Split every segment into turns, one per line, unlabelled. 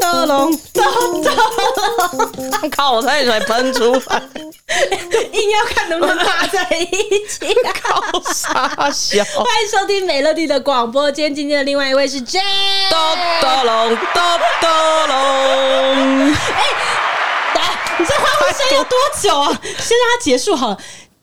灯笼灯 灯，口水水喷出来，
硬要看能不能搭在一起、啊。
好傻笑。
欢迎收听美乐蒂的广播间，今天的另外一位是 J。
咚咚隆咚咚隆，
哎，你这欢呼声要多久啊？先让它结束好了。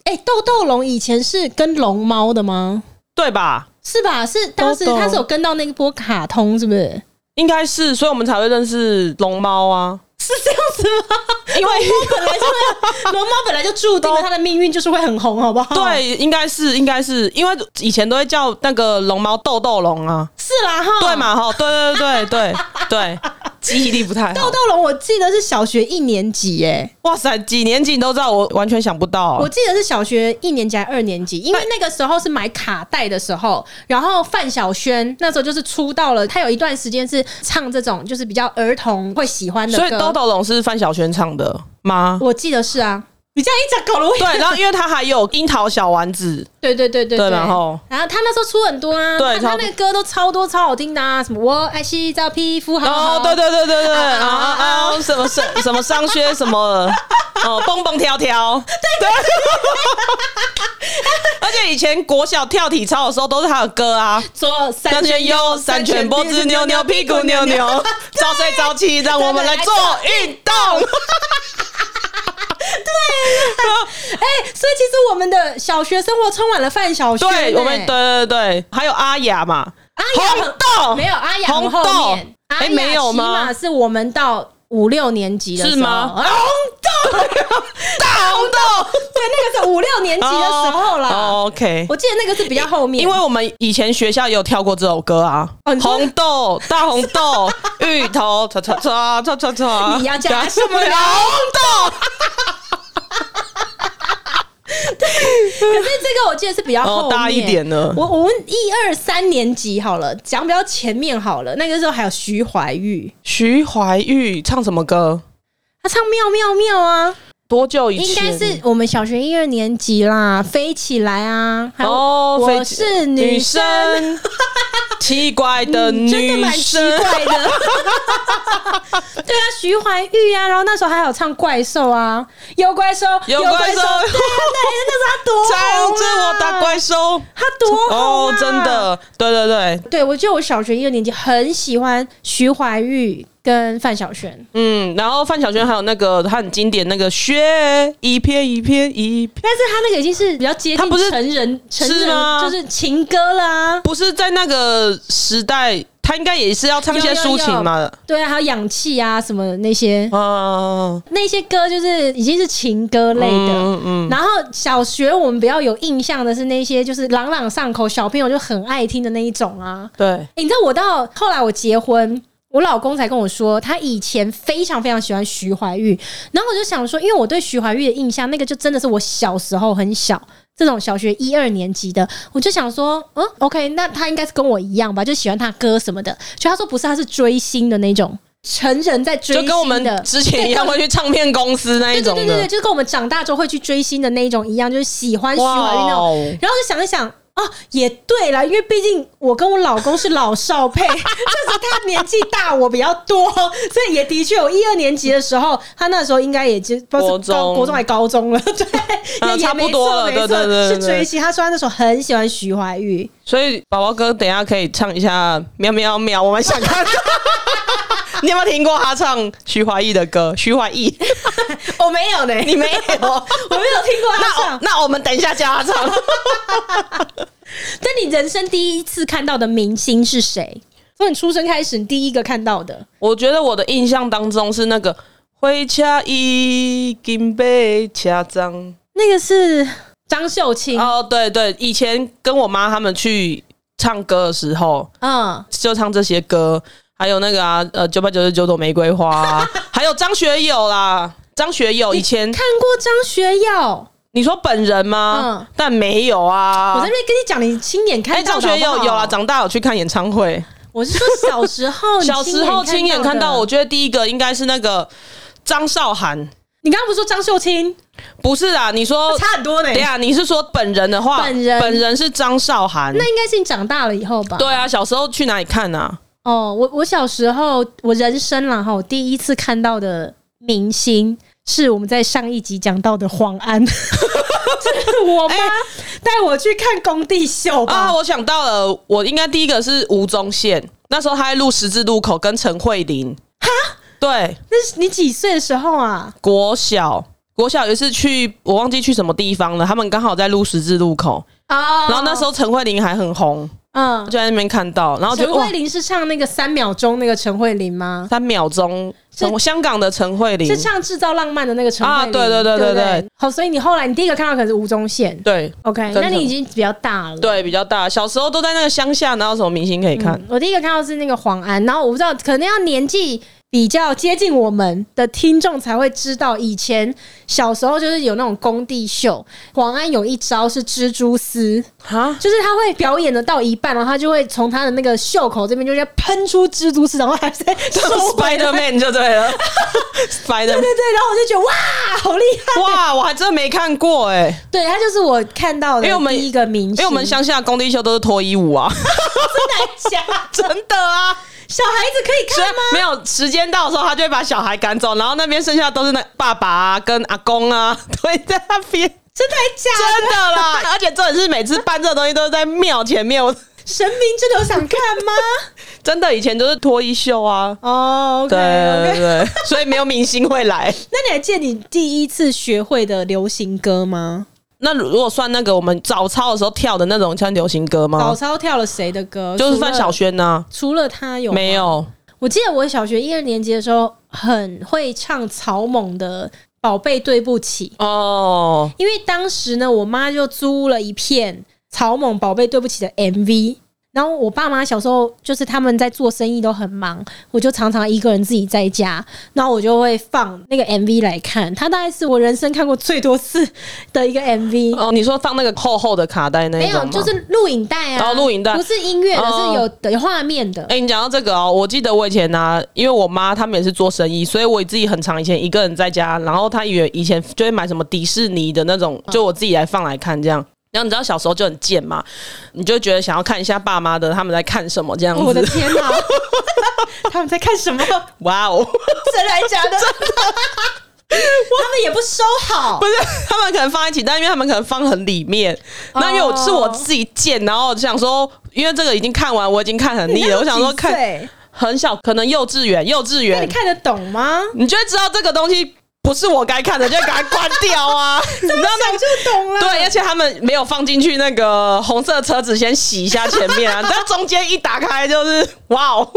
哎、豆豆龙以前是跟龙猫的吗？
对吧？
是吧？是当时
豆豆
他是有跟到那一波卡通，是不是？
应该是，所以我们才会认识龙猫啊。
是这样子吗？
因为
本来就会， 龙猫本来就注定了它的命运就是会很红，好不好？，
对，应该是，应该是，因为以前都会叫那个龙猫豆豆龙啊，
是啦哈。
对？嘛？哈，对对对对对对，记忆力不太
豆
好
豆。龙，我记得是小学一年级哎耶、
哇塞，几年级你都知道，我完全想不到、
我记得是小学一年级还是二年级，因为那个时候是买卡带的时候，然后范晓萱那时候就是出道了，她有一段时间是唱这种就是比较儿童会喜欢的
所以
歌。
豆豆龙是范晓萱唱的吗？
我记得是啊，你这样一讲搞了我
对，然后因为它还有樱桃小丸子，
对对对对
对然后
然后他那时候出很多啊，
对
他
超
他那个歌都超多超好听的啊，什么我爱洗澡，皮 肤好好，
哦，对对对对对，
啊
啊
啊啊
啊啊，什么什什么上靴什么，哦，蹦蹦跳跳，对。 而且以前国小跳体操的时候都是他的歌啊，
左三
三
圈
圈
右
右，
三
三
圈
圈
脖
脖
子
子
扭
扭
扭
扭，
屁
屁
股
股
扭
扭
扭
扭， 早睡早起，让我们来做运动。
哎、所以其实我们的小学生活充满了范晓萱、
对，我们
哎
对对对，还有阿雅嘛，
阿雅很
红豆
没有阿雅很
哦红
后
豆
面，，阿
哎，
雅
没有吗
起码？是我们到五六年级的时候
是吗
啊红 豆，
大红豆，
对，那个是五六年级的时候啦。
哦，OK。
我记得那个是比较后面，
因为我们以前学校有跳过这首歌啊
哦你，说
红豆、大红豆、芋头，叉叉叉叉叉叉，
你要加
加
什么
不了红豆？
可是这个我记得是比较后面、
哦大一点了
我我们一二三年级好了，讲比较前面好了。那个时候还有徐怀钰，
徐怀钰唱什么歌？
他唱妙妙妙啊，
多久以前？
应该是我们小学一二年级啦，飞起来啊，还有
哦，
我
飞
是
女
女生，嗯
生，奇怪的女
真的蛮奇
生。
怪的。 对啊，徐怀钰啊，然后那时候还有唱怪兽啊，有怪兽，
有
怪
怪 兽
对啊，那那时候他多
缠
红、啊，
着我打，怪兽。
他多红、啊、
哦，真。的，对对对，
对，我记得我小学一二年级很喜欢徐怀钰跟范晓萱，
嗯，然后范晓萱还有那个她很经典那个雪一片一片一片，
但是他那个已经是比较接
他
近
不是
成人，成人
是吗
就是情歌啦。
不是在那个时代，她应该也是要唱一些抒情嘛的，
对啊，还有氧气啊什么那些，
嗯
那些歌就是已经是情歌类的。
嗯嗯，
然后小学我们比较有印象的是那些就是朗朗上口，小朋友就很爱听的那一种啊。
对，
欸你知道我到后来我结婚，我老公才跟我说，他以前非常非常喜欢徐怀钰，然后我就想说，因为我对徐怀钰的印象，那个就真的是我小时候很小。这种小学一二年级的，我就想说，嗯，OK，那他应该是跟我一样吧，就喜欢他歌什么的。就他说不是，他是追星的那种成人在追
就
星的，
跟我们之前一样会去唱片公司那一
对对
种
对对对，
的，
就是跟我们长大之后会去追星的那一种一样，就是喜欢徐怀钰那种。
哦，
然后就想一想，哦，也对啦，因为毕竟我跟我老公是老少配， 就是他年纪大我比较多，所以也的确有一二年级的时候，他那时候应该也就不知道是
国中
高国中还高中了， 对，
嗯
也也
差不多了
没错没
对对对
错，
对
是追星。他说他那时候很喜欢徐怀钰，
所以宝宝哥等一下可以唱一下《喵喵喵》，我们想 看。你有没有听过他唱徐怀钰的歌？徐怀 钰，
我哦没有呢，
你没有？我
我没有听过他
那
唱
我。那我们等一下教他唱。
但你人生第一次看到的明星是谁？从你出生开始，你第一个看到的。
我觉得我的印象当中是那个回家已经被掐脏。
那个是张秀清，
哦，对对，以前跟我妈他们去唱歌的时候，
嗯，
就唱这些歌，还有那个啊，呃，九百九十九朵玫瑰花啊、 还有张学友啦。张学友以前
看过张学友。
你说本人吗？
嗯
但没有啊。
我在那边跟你讲，你亲眼看
哎，
到
张
的
学友有啊，
啊，
长大有去看演唱会。
我是说小时 候，哦你
小时候亲眼看到，
的
我。觉得第一个应该是那个张韶涵，
你刚刚不是说张秀清
不是啊？你说
差很多呢
对啊，你是说本人的话，
哦本人
本人是张韶涵。
那应该是你长大了以后吧？
对啊，小时候去哪里看啊？
哦，我我小时候，我人生啦哈，我第一次看到的明星是我们在上一集讲到的黄 安，是我妈带我去看工地秀吧。
哎啊，我想到了，我应该第一个是吴宗宪，那时候他在录十字路口跟陈慧琳。哈，对，
那是你几岁的时候啊？
国小。国小有一次去，我忘记去什么地方了。他们刚好在录十字路口，
哦
啊然后那时
候，
候陈慧琳还很红，
嗯
就，在那边看到，然后
陈
就哇
慧，琳是唱那个三秒钟那个陈慧琳吗？
三秒钟，
是
从香港的陈慧琳
是，唱《制造浪漫》的那个陈慧琳。
啊对对
对
对对
不
对。
好，所以你后来你第一个看到可能是吴宗宪。
对
OK，
真的
那你已经比较大了。
对，比较大。小时候都在那个乡下，哪有什么明星可以看？
我第一个看到是那个黄安，然后我不知道，可能要年纪比较接近我们的听众才会知道，以前小时候就是有那种工地秀，黄安有一招是蜘蛛丝，
哈，
就是他会表演的到一半，然后他就会从他的那个袖口这边就是喷出蜘蛛丝，然后还在 收回来。
Spider Man 就对 了，Spider
对对
Man。
对，然后我就觉得哇，好厉害！
哇，我还真没看过哎、
对他就是我看到的
因为我们
第一个明星，
因为我们乡下工地秀都是脱衣舞啊，
真的假的
真 的啊。
小孩子可以
所以
看吗？
没有时间到的时候，他就会把小孩赶走，然后那边剩下都是那爸爸、啊、跟阿公啊， 都会在那边。
真的还假的？
真的啦，而且重点是每次办这个东西都是在庙前面，我
神明真的有想看 吗？
真的以前都是脱衣秀啊。
哦，OK，OK、
对
o k
对对，所以没有明星会来。
那你还记得你第一次学会的流行歌吗？
那如果算那个我们早操的时候跳的那种，像流行歌
早
吗？
操跳了谁的歌？
哦就是
除了
范晓。萱呐，
除了他有吗
啊没？有
我记得我小学一二年级的时候，很会唱草蜢的《宝贝对不起》，
哦。
因为当时呢，我妈就租了一片草蜢《宝贝对不起》的 MV。然后我爸妈小时候就是他们在做生意都很忙，我就常常一个人自己在家，然后我就会放那个 MV 来看。它大概是我人生看过最多次的一个 MV。
哦，你说放那个厚厚的卡带那一
没
种
有，
吗
就是录影带啊，
哦录影带
不是音乐的，
哦
是有的有画面的。
哎、你讲到这个哦，我记得我以前呢、因为我妈他们也是做生意，所以我自己很长以前一个人在家，然后她以以前就会买什么迪士尼的那
嗯
种，就我自己来放来看这样。然后你知道小时候就很贱嘛，你就觉得想要看一下爸妈的他们在看什么这样
哦我的
子。
天 哪、他们在看什么？真
哇哦，
的还假的？他们也不收好
不，是他们可能放一起，但因为他们可能放很里面。
哦
那因为我是我自己贱，然后我想说，因为这个已经看完，我已经看很腻了，我想说
你那
看
时候几岁
很小，可能幼稚园，幼稚
那
园
你看得懂吗？
你就会知道这个东西不是我该看的，就赶快关掉 啊！你知道那
早就懂了。
对，而且他们没有放进去那个红色车子，先洗一下前 面啊，但中间一打开就是哇哦，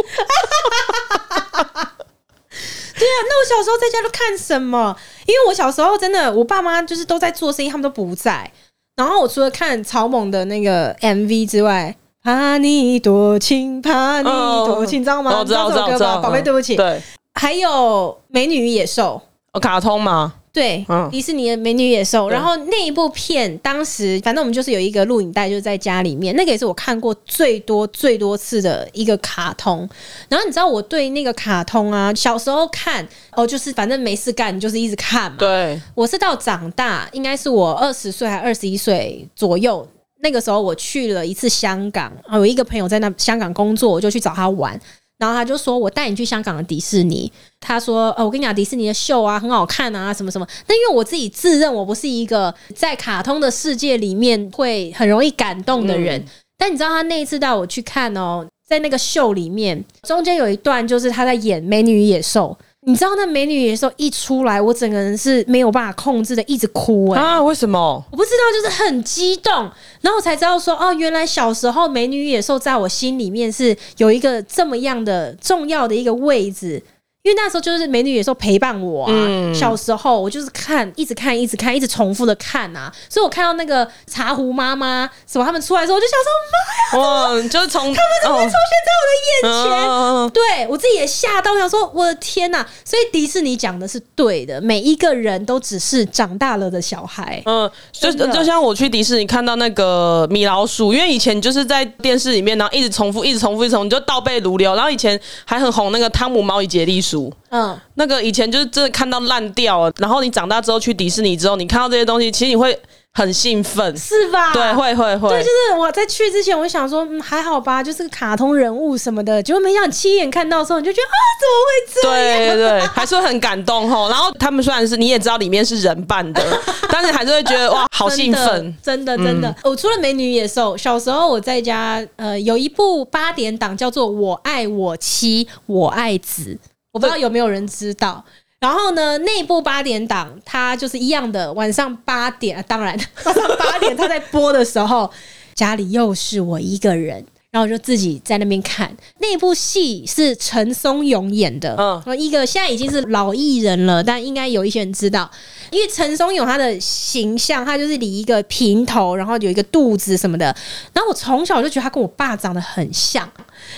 对啊，那我小时候在家都看什么？因为我小时候真的，我爸妈就是都在做生意，他们都不在。然后我除了看草蜢的那个 MV 之外，怕你多情，怕你多情，你知道吗？
哦知道
你
知
这首
道
歌
知道，
吧，宝贝，
嗯
对不起。
对，
还有《美女与野兽》，
哦，卡通嘛，
对，
嗯
迪士尼的《美女与野兽》。
对
然后那一部片，当时反正我们就是有一个录影带，就是在家里面，那个也是我看过最多最多次的一个卡通。然后你知道我对那个卡通啊，小时候看哦，就是反正没事干，你就是一直看嘛。
对，
我是到长大，应该是我二十岁还二十一岁左右。那个时候我去了一次香港，啊有一个朋友在那香港工作，我就去找他玩，然后他就说我带你去香港的迪士尼。他说，呃，我跟你讲，迪士尼的秀啊很好看啊，什么什么。那因为我自己自认我不是一个在卡通的世界里面会很容易感动的人，但你知道他那一次带我去看哦，在那个秀里面，中间有一段就是他在演《美女与野兽》，你知道那《美女与野兽》一出来，我整个人是没有办法控制的，一直哭哎、
啊，为什么？
我不知道，就是很激动，然后我才知道说，哦，原来小时候《美女与野兽》在我心里面是有一个这么样的重要的一个位置，因为那时候就是《美女与野兽》陪伴我啊。
嗯
小时候我就是看，一直看，一直看，一直重复的看啊，所以我看到那个茶壶妈妈什么他们出来的时候，我就想说，嗯
哇，就 是从他们
出现在我的眼前。
哦，
对我自己也吓到，我想说我的天呐！所以迪士尼讲的是对的，每一个人都只是长大了的小孩。
嗯，就
真的
就像我去迪士尼看到那个米老鼠，因为以前就是在电视里面，然后一直重复，一直重复，一直重复，你就倒背如流。然后以前还很红那个汤姆猫与杰利鼠，
嗯，
那个以前就是真的看到烂掉了，然后你长大之后去迪士尼之后，你看到这些东西，其实你会很兴奋，
是吧？
对，会会
啊对，
会
就，是我在去之前，我就想说，嗯，还好吧，就是卡通人物什么的。结果没想到亲眼看到的时候，你就觉得啊，怎么会这样？
对 对对，还是会很感动吼。然后他们虽然是你也知道里面是人扮的， 但是还是会觉得哇，好兴奋。
真的，真的，真的。我、除了美女与野兽，小时候我在家，呃，有一部八点档叫做《我爱我妻，我爱子》，我不知道有没有人知道。然后呢，那部八点档它就是一样的，晚上八点，啊、当然 晚上八点它在播的时候，家里又是我一个人。然后我就自己在那边看那部戏是陈松勇演的，
嗯
嗯，一个现在已经是老艺人了，但应该有一些人知道，因为陈松勇他的形象，他就是理一个平头，然后有一个肚子什么的。然后我从小就觉得他跟我爸长得很像，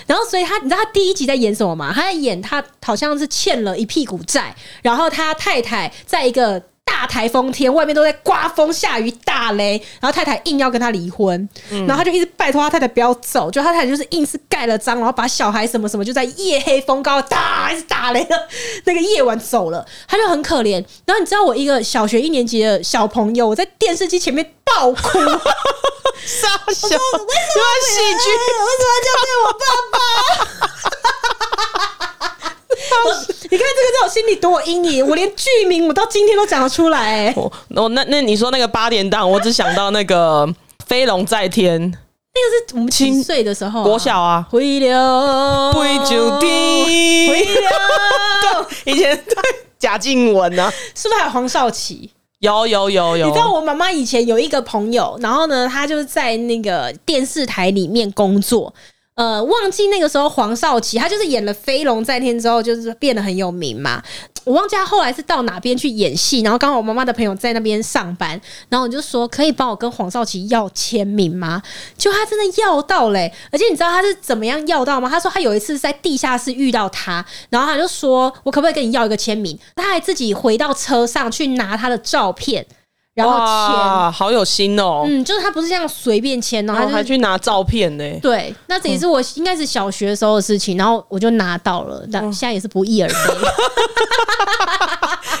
然后所以他，你知道他第一集在演什么吗？他在演他好像是欠了一屁股债，然后他太太在一个。大台风天，外面都在刮风下雨打雷，然后太太硬要跟他离婚，然后他就一直拜托他太太不要走，就他太太就是硬是盖了章，然后把小孩什么什么就在夜黑风高打一直打雷的那个夜晚走了，他就很可怜。然后你知道我一个小学一年级的小朋友，我在电视机前面爆哭，
傻
嗯
笑，因为戏剧
我你看这个在我心里多有阴影，我连剧名我到今天都讲得出来、欸。
我我哦那那你说那个八点档，我只想到那个飞龙在天，
那个是我们几
亲
岁的时候、
国小。啊，
回流，哦
杯酒滴，
回 流，
以前对贾静雯啊，
是不是还有黄少祺？
有有有有，
你知道我妈妈以前有一个朋友，然后呢，她就是在那个电视台里面工作。呃，忘记那个时候黄少祺，他就是演了《飞龙在天》之后，就是变得很有名嘛。我忘记他后来是到哪边去演戏，然后刚好我妈妈的朋友在那边上班，然后我就说可以帮我跟黄少祺要签名吗？就他真的要到嘞、而且你知道他是怎么样要到吗？他说他有一次是在地下室遇到他，然后他就说我可不可以跟你要一个签名？他还自己回到车上去拿他的照片，然后签。
哇，好有心哦，
嗯，就是他不是这样随便签哦，
然后
他
还
就
去拿照片呢，
对，那这也是
嗯
我应该是小学的时候的事情，然后我就拿到了，但
嗯
现在也是不翼而飞。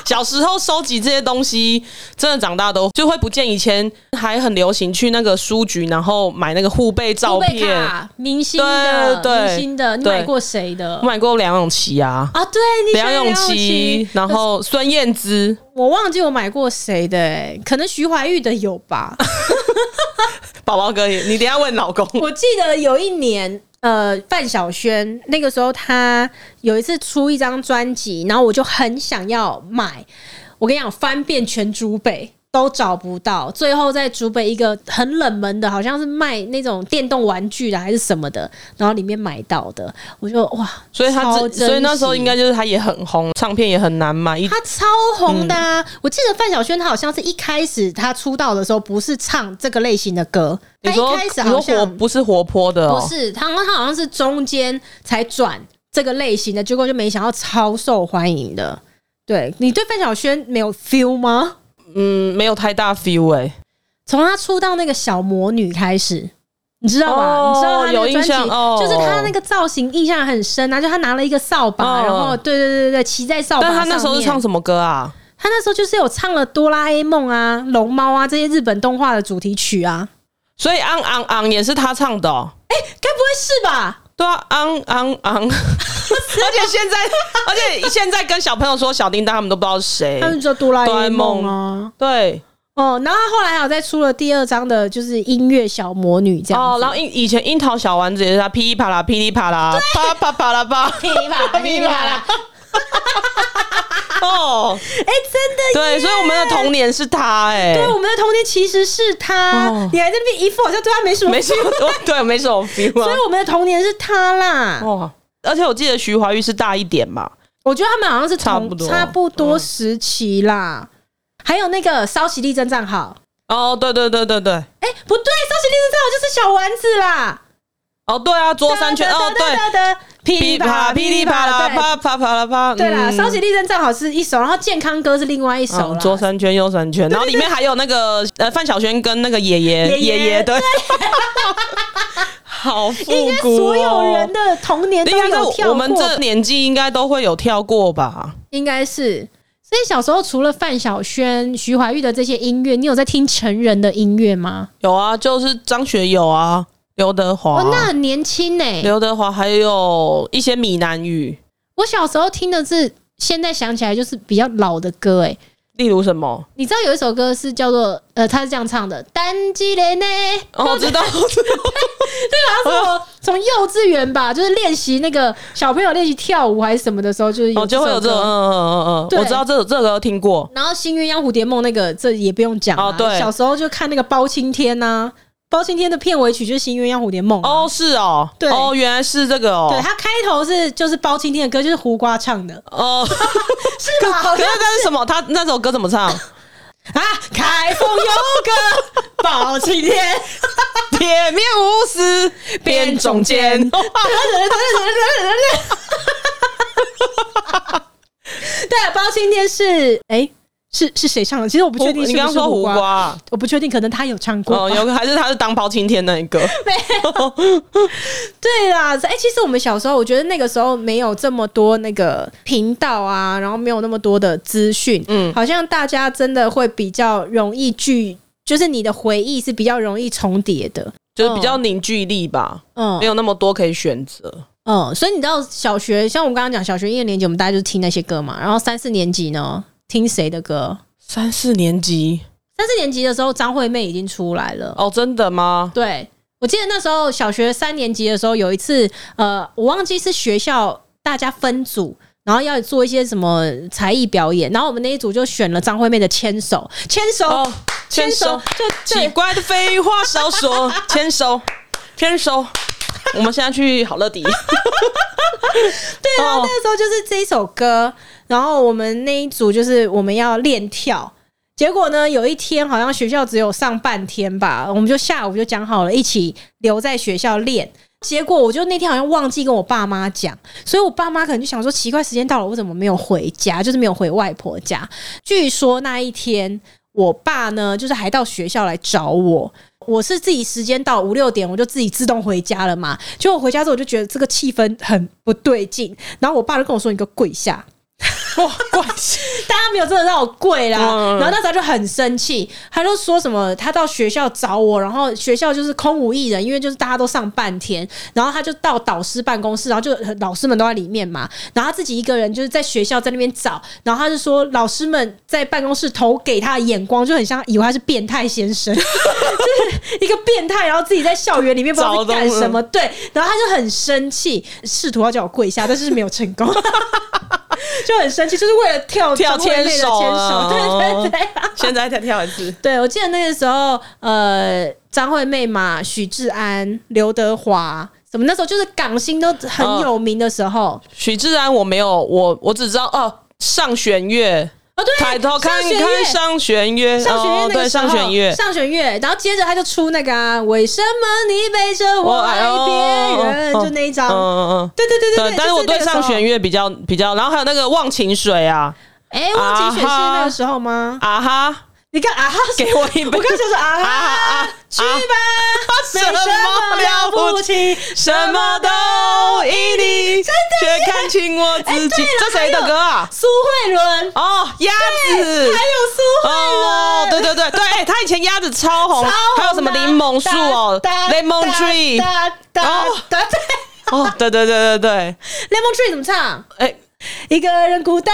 小时候收集这些东西，真的长大都就会不见。以前还很流行去那个书局，然后买那个护背 照
贝
片。
卡明星的，
对对
明星的，你
对
买过谁的
我？买过梁咏琪啊，
啊，对，你喜欢
梁咏
琪
琪，，然后孙燕姿，
我忘记我买过谁的、欸，可能徐怀钰的有吧。
宝宝哥，你等一下问老公。
我记得有一年，呃，范晓萱那个时候她有一次出一张专辑，然后我就很想要买。我跟你讲，翻遍全竹北都找不到，最后在竹北一个很冷门的，好像是卖那种电动玩具的还是什么的，然后里面买到的，我就哇，
所以他
超
只，
珍惜
所以那时候应该就是他也很红，唱片也很难买。一
她超红的、啊。我记得范晓萱她好像是一开始她出道的时候不是唱这个类型的歌，
你
她
说
一开始好
你说活
像
不是活泼的
不
哦，
是，他他好像是中间才转这个类型的，结果就没想到超受欢迎的。对你对范晓萱没有 feel 吗？
嗯，没有太大 feel 哎、
从她出道那个小魔女开始，你知道吧？
哦
你知道她那
有
个
印
专辑，
象哦
就是她那个造型印象很深啊，就她拿了一个扫把，
哦
然后对对对对对，骑在扫把
但
上
他
面。
那时候是唱什么歌啊？
她那时候就是有唱了哆啦 A 梦啊、龙猫啊这些日本动画的主题曲啊，
所以昂昂昂也是他唱的、哦。
该不会是吧？
对啊，昂昂昂！而
啊
且现 在，而且现在跟小朋友说小叮当，他们都不知道是谁
他。们就哆啦
哆啦
A
A
梦
梦
啊。
对
哦，然后他后来还有再出了第二章的，就是音乐小魔女这样
哦，
子。
然后以以前樱桃小丸子也是他噼里啪啦噼里啪啦啪啪啪啦 啪
噼里啪啦，噼里啪啦，
哦，
哎，真的耶，
对，所以我们的童年是他哎、
对，我们的童年其实是他，
哦
你还在那边一副好像对他没什么，
没什么 对，没什么 feel
所以
啊。
我们的童年是他啦。
哦，而且我记得徐怀钰是大一点嘛，
我觉得他们好像是同
差不多
差不多时期啦。还有那个烧起立正站好，
哦，对对对对对，
哎，不对，烧起立正站好就是小丸子啦。
哦对啊，桌三圈哦对，
对，噼里
噼里
啪
啪
啦
啦
噼
噼
里
里
啪
啪
啦，
啦
对
啪啪啪啦啪，
对啦，
嗯
烧起立正站好是一首，然后健康歌是另外一首
嗯
啦。
左三圈，右三圈，然后里面还有那个呃范晓萱跟那个爷爷
爷爷
爷爷对， 好复
应该
古、哦，
所有人的童年都
应该
有
是
跳
我
过
们这年纪应该都会有跳过吧？
应该是。所以小时候除了范晓萱、徐怀钰的这些音乐，你有在听成人的音乐吗？
有啊，就是张学友啊，刘德华、
哦，那很年轻欸呢、
刘德华还有一些闽南语，
我小时候听的是，现在想起来就是比较老的歌哎、
例如什么？
你知道有一首歌是叫做呃，他是这样唱的：单机连呢，
哦，我知道，我知道，
他是我从幼稚园吧，就是练习那个小朋友练习跳舞还是什么的时候，就是有
哦，就会有这
首
种，
歌
嗯嗯嗯嗯嗯，
对
我知道这首这首歌听过，
然后《新鸳鸯蝴蝶梦》那个，这也不用讲啊
哦对
小时候就看那个包青天呐、包青天的片尾曲就是《新鸳鸯蝴蝶梦》哦，
哦，是哦，
对
哦，原来是这个哦，
对，它开头是就是包青天的歌，就是胡瓜唱的，
哦，
是吧？好
可是
像
那是什么？他那首歌怎么唱？
啊，开 封有个包青天，
铁面无私辨 忠奸，
哦对，包青天是哎、是是谁唱的？其实我不确定
你
是
刚
不
刚
是
说
胡
胡
瓜，
瓜，
我不确定，可能他有唱过吧。
哦，有个还是他是当包青天那一个，
对啦，哎、其实我们小时候，我觉得那个时候没有这么多那个频道啊，然后没有那么多的资讯，嗯，
嗯
好像大家真的会比较容易聚，就是你的回忆是比较容易重叠的，
就是比较凝聚力吧，
嗯
没有那么多可以选择。
嗯，所以你知道小学，像我们刚刚讲小学一二年级，我们大家就听那些歌嘛，然后三四年级呢，听谁的歌？
三四年级
三四年级的时候，张惠妹已经出来了，
哦，真的吗？
对，我记得那时候小学三年级的时候，有一次，呃，我忘记是学校大家分组。然后要做一些什么才艺表演，然后我们那一组就选了张惠妹的《牵手》，牵手，
哦，
牵
牵手，
就
奇
对，
怪的废话少说， 牵手，牵手。我们现在去好乐 迪，对啊，
那时候就是这一首歌。然后我们那一组就是我们要练跳，结果呢，有一天好像学校只有上半天吧，我们就下午就讲好了一起留在学校练。结果我就那天好像忘记跟我爸妈讲，所以我爸妈可能就想说，奇怪，时间到了，我怎么没有回家？就是没有回外婆家。据说那一天，我爸呢，就是还到学校来找我。我是自己时间到五六点，我就自己自动回家了嘛。结果我回家之后，我就觉得这个气氛很不对劲。然后我爸就跟我说：“你给我跪下。”
哇，怪事，
大家没有真的让我跪啦。
嗯
然后那时候就很生气，他就说什么他到学校找我，然后学校就是空无一人，因为就是大家都上半天，然后他就到导师办公室，然后就老师们都在里面嘛，然后他自己一个人就是在学校在那边找，然后他就说老师们在办公室投给他的眼光就很像以为他是变态先生，就是 一个变态，然后自己在校园里面不知 道在干什么，对，然后他就很生气，试图要叫我跪下，但是没有成功。 就很生气，就是为了跳
跳
张惠妹的
牵
牵
手
手，
啊
对对对、
现在再跳一次，
对，我记得那个时候，呃，张惠妹嘛，许志安、刘德华，什么那时候就是港星都很有名的时候。
许志安，我没有，我我只知道哦，上弦月，
哦，对，
抬头看
上弦
看
月
上弦月，
上弦月
哦
那个
对
时候
上弦月，
上弦月，然后接着他就出那个啊，为什么你背着我爱
哦
别人，就那一
嗯
张。
嗯嗯。
对对对对
对，但是我对上弦
月，
月比较比较，然后还有那个忘情水啊
哎，忘情水是
啊哈
那个时候吗？
啊哈，
你看啊哈，
给我一杯
我刚想说啊
啊
哈，
哈啊，啊
去吧，没
什
什么
么
了
了
不
不起，
起，
什么都依你，却看清我自己
哎对了。
这谁的歌啊？
苏慧伦，
哦，鸭
还。
子
有苏慧
哦，对
伦。
对对对，哎，他以前鸭子超红，
超红的
还有什么柠檬树哦
哒哒
，lemon tree，
哒哒
哦
哒哒
哦，对对对对对，
，lemon tree 怎么唱？
哎，
一个人孤单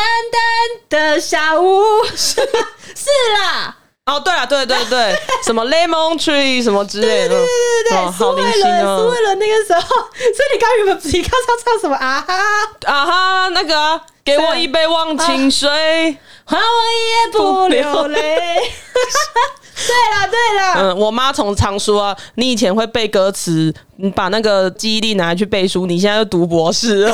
单的下午，是啦，
哦，对了，对对 对，什么 lemon tree 什么之类的，
对对对
哦
对，苏
好
慧
零星
伦，苏
哦
慧伦那个时候，所以你刚原本你刚要唱什么啊哈？
啊哈，那个啊给我一杯忘情水，
还啊我一夜不流泪。 对啦，对啦，
嗯，我妈从常说啊，你以前会背歌词，你把那个记忆力拿来去背书，你现在就读博士 了，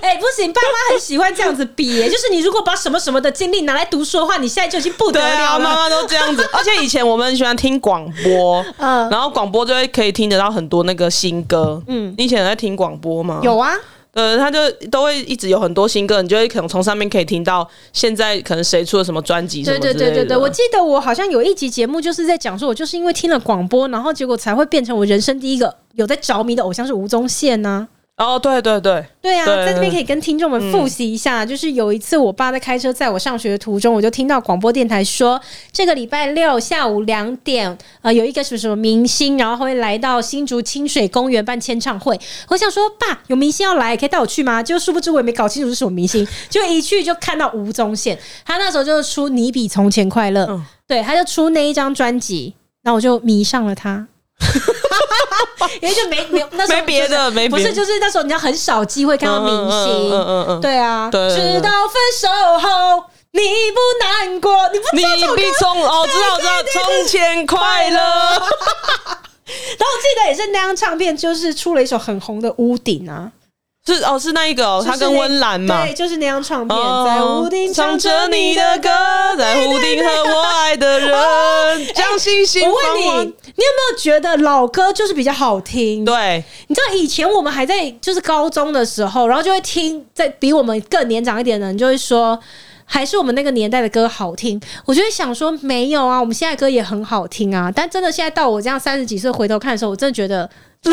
哎、不行，爸妈很喜欢这样子比、 耶就是你如果把什么什么的经历拿来读书的话，你现在就已经不得
对
了
啊，
了。
妈妈都这样子，而且以前我们很喜欢听广播，
嗯
然后广播就会可以听得到很多那个新歌，嗯，你以前有在听广播吗？
有啊，
呃，他就都会一直有很多新歌，你就会可能从上面可以听到现在可能谁出了什么专辑什
对
么
对
之类的
对对对，我记得我好像有一集节目就是在讲说，我就是因为听了广播，然后结果才会变成我人生第一个有在着迷的偶像是吴宗宪呐、啊
哦，对对对，
对啊，
对嗯
在这边可以跟听众们复习一下，就是有一次我爸在开车载我上学的途中，我就听到广播电台说，这个礼拜六下午两点，呃，有一个什么什么明星，然后会来到新竹清水公园办签唱会。我想说，爸，有明星要来，可以带我去吗？就殊不知我也没搞清楚是什么明星，就一去就看到吴宗宪，他那时候就出《你比从前快乐》
嗯
对，他就出那一张专辑，那我就迷上了 他。 因为就没没有那时候
没别的，没
不
哎别
是，
的，
就是那时候你知道很少机会看到明星，
嗯嗯嗯，
对啊，
对对对
直到分手后你不难过，你不
你
知道这首歌
比从哦，知道知道，从前快乐，
然后我记得也是那张唱片，就是出了一首很红的《屋顶》啊，
是哦，是那一个哦，他
就是
跟
那
温岚嘛
对，。就是那张唱片，
哦
在屋顶
唱着你的歌，在屋顶和我爱 的人，将星星
哦哎我问你，你
放
有
完。
没有觉得老歌就是比较好听？
对，
你知道以前我们还在就是高中的时候，然后就会听在比我们更年长一点的人就会说，还是我们那个年代的歌好听。我就会想说，没有啊，我们现在歌也很好听啊。但真的现在到我这样三十几岁回头看的时候，我真的觉得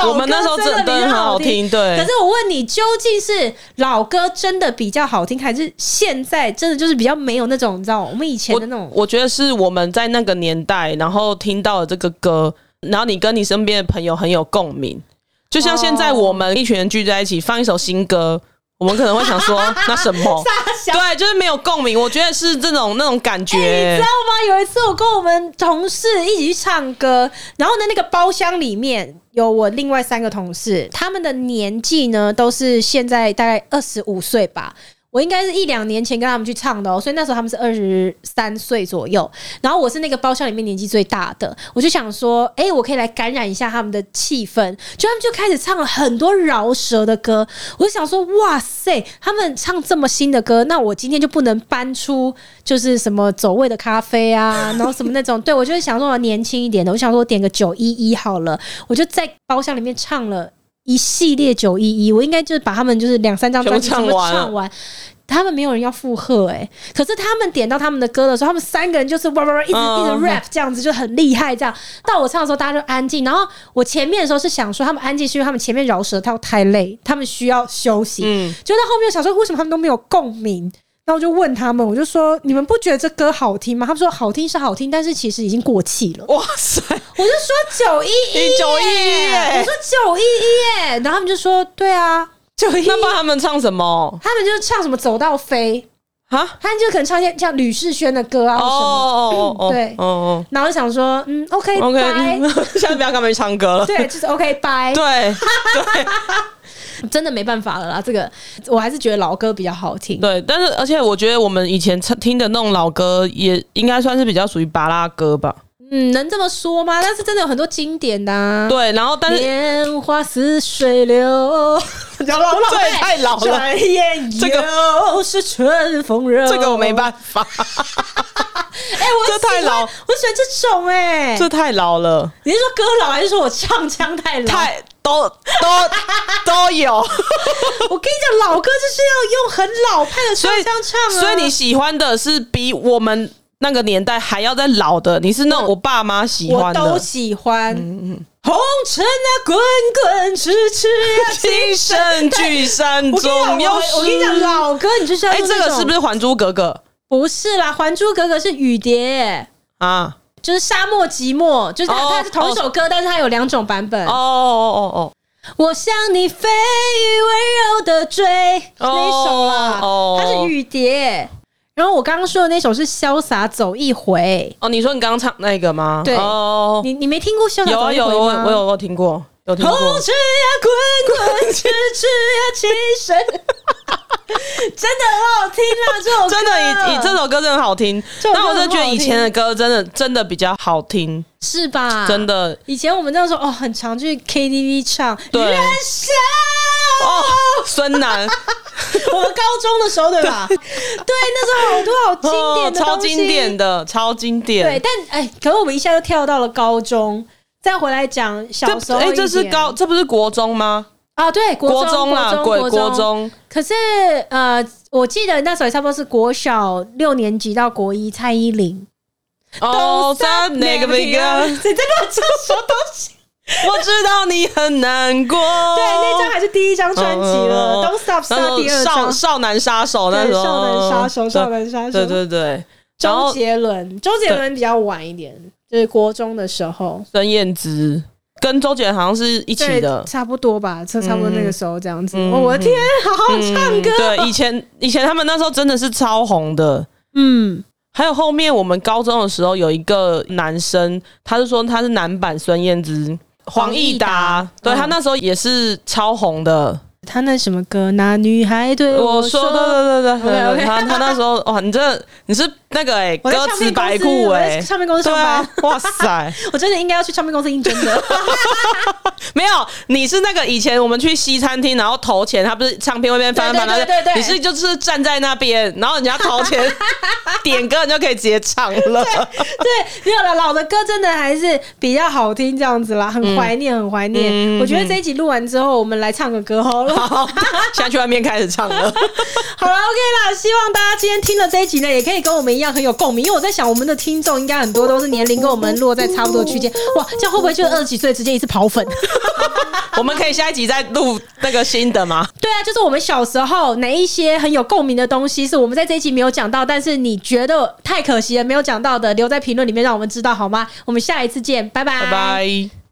老
我们那时候
歌真
真的
比
很
较
好
听。
听，对
可是。我问你，究竟是老歌真的比较好听，还是现在真的就是比较没有那种你知道我们以前的那 种？
我觉得是我们在那个年代，然后听到了这个歌，然后你跟你身边的朋友很有共鸣。就像现在
哦
我们一群人聚在一起放一首新歌，我们可能会想说那什 么？
傻笑。
对，就是没有共鸣。我觉得是这种那种感觉
知道。吗？有一次我跟我们同事一起去唱歌，然后呢，那个包厢里面有我另外三个同事，他们的年纪呢都是现在大概二十五岁吧。我应该是一两年前跟他们去唱的哦，所以那时候他们是二十三岁左右，然后我是那个包厢里面年纪最大的，我就想说，哎、我可以来感染一下他们的气氛，就他们就开始唱了很多饶舌的歌，我就想说，哇塞，他们唱这么新的歌，那我今天就不能搬出就是什么走味的咖啡啊，然后什么那种，对我就是想说我年轻一点的，我想说我点个九一一好了，我就在包厢里面唱了一系列九一一，我应该就是把他们就是两三张专辑
全
全
部
部
唱完了
唱完。他们没有人要附和哎、可是他们点到他们的歌的时候，他们三个人就是哇哇哇一直、
嗯
一直 rap 这样子，就很厉害这样。到我唱的时候，大家就安静。然后我前面的时候是想说他们安静是因为他们前面饶舌套太累，他们需要休息。
嗯，
就到后面我想说，为什么他们都没有共鸣？然后我就问他们，我就说你们不觉得这歌好听吗？他们说好听是好听，但是其实已经过气了。
哇塞，
我就说九一一，
911耶
我说九一一耶，然后他们就说对啊，九一，
那帮他们唱什么
他们就唱什么走到飞，
啊？
他们就可能唱一些像吕世轩的歌啊
哦
或什么，
哦哦哦，
对
哦哦
然后就想说嗯，OK，
，OK，
拜、
嗯下次不要跟他们去唱歌了。
对，就是 OK，拜，
对
真的没办法了啦，这个我还是觉得老歌比较好听。
对，但是而且我觉得我们以前唱听的那种老歌，也应该算是比较属于巴拉歌吧。
嗯，能这么说吗？但是真的有很多经典的、啊，
对，然后但是
年华似水流，哎
然后对太老了，
转眼
这个
又是春风柔。
这个我没办法，
哎、我
这太
喜欢
老
我喜欢这种哎、
这太老了，
你是说歌老还是说我唱腔太老？
太都 都都有，
我跟你讲，老歌就是要用很老派的
所
唱
以
腔唱啊。
所以你喜欢的是比我们那个年代还要再老的，你是那种我爸妈喜
我
欢
都
的。嗯
喜欢。红尘啊，滚滚痴痴啊，
精
今生。
神聚散
我跟
总
你
有
讲，
时。
我我跟你讲，老歌你就是要
哎，
用
这
那
个
种
是不是《还珠格格
不是啦，《还珠格格》是雨蝶，》
啊？
就是沙漠寂寞，就是它
哦
它是同一首歌，但是它有两种版本
哦。哦哦
我向你飞，温柔的追是那一首啦
哦，
它是雨蝶。然后我刚刚说的那首是《潇洒走一回
哦哦，你说你刚刚唱那个吗？
对
哦》，，
你你没听过《潇洒
有
走
啊
一
有，
回
我》
吗？
我有我有听过，有听
红
过。
尘呀，滚滚，痴痴呀，情 深，真的很好听啦！这首歌
真的，以以这首歌真的很好听。
这首歌
但我真的觉得
很好
以
听
前的歌真的真的比较好听，
是吧？
真。的。
以前我们那时候哦，很常去 KTV 唱《
对
人生
哦，孙楠，》，
我们高中的时候对吧？对，那时候好多好经典的、
哦超经典
的。
的，超经
对，
典。
但哎，可是我们一下就跳到了高中，再回来讲小时
这
候一
哎，
点。
这是高，这不是国中吗？
啊，对，国
中啦，
国
鬼国中。
可是呃，我记得那时候也差不多是国小六年级到国一，蔡依林。
哦，三那个那个，
你在跟我唱什么东西？
我知道你很难过。
对，那张还是第一张专辑了，
嗯
Don't Stop》是
那
他
种
第二
少
张，
少男杀手那
对，
时候，
少男杀手，少男杀手，
对对对，然
周
后
杰伦，周杰伦比较晚一点，就是国中的时候，
孙燕姿跟周杰伦好像是一起
对
的，。
差不多吧，差差不多那个时候这样子。
嗯
哦，我的天，好好唱歌，啊
对，以前以前他们那时候真的是超红的。
嗯，
还有后面我们高中的时候有一个男生，他是说他是男版孙燕姿，黄义达，
黄义达
对
嗯
他那时候也是超红的。
他那什么歌？那女孩对
我
嗯说
说，对对对对
OK，OK
他他那时候哇，你这你是那个哎、
我在
歌
唱
词
片
白
公司，
裤
我
哎、
在唱片公司
对
上班，
啊，哇塞，
我真的应该要去唱片公司应征 的。
没有，你是那个以前我们去西餐厅，然后投钱，他不是唱片会边翻翻翻，
对对对对对
你是就是站在那边，然后人家投钱点歌，你就可以直接唱了。
对，没有了，老的歌真的还是比较好听，这样子啦，很怀念，很怀念。
嗯
我觉得这一集录完之后，我们来唱个歌好了。
好，现在去外面开始唱 了。
好了，OK 啦，希望大家今天听了这一集呢，也可以跟我们一样很有共鸣，因为我在想，我们的听众应该很多都是年龄跟我们落在差不多区间， 哇，这样会不会就二十几岁直接一次跑粉？
我们可以下一集再录那个新的吗？
对啊，就是我们小时候哪一些很有共鸣的东西，是我们在这一集没有讲到，但是你觉得太可惜了没有讲到的，留在评论里面让我们知道好吗？我们下一次见，拜拜，
拜拜。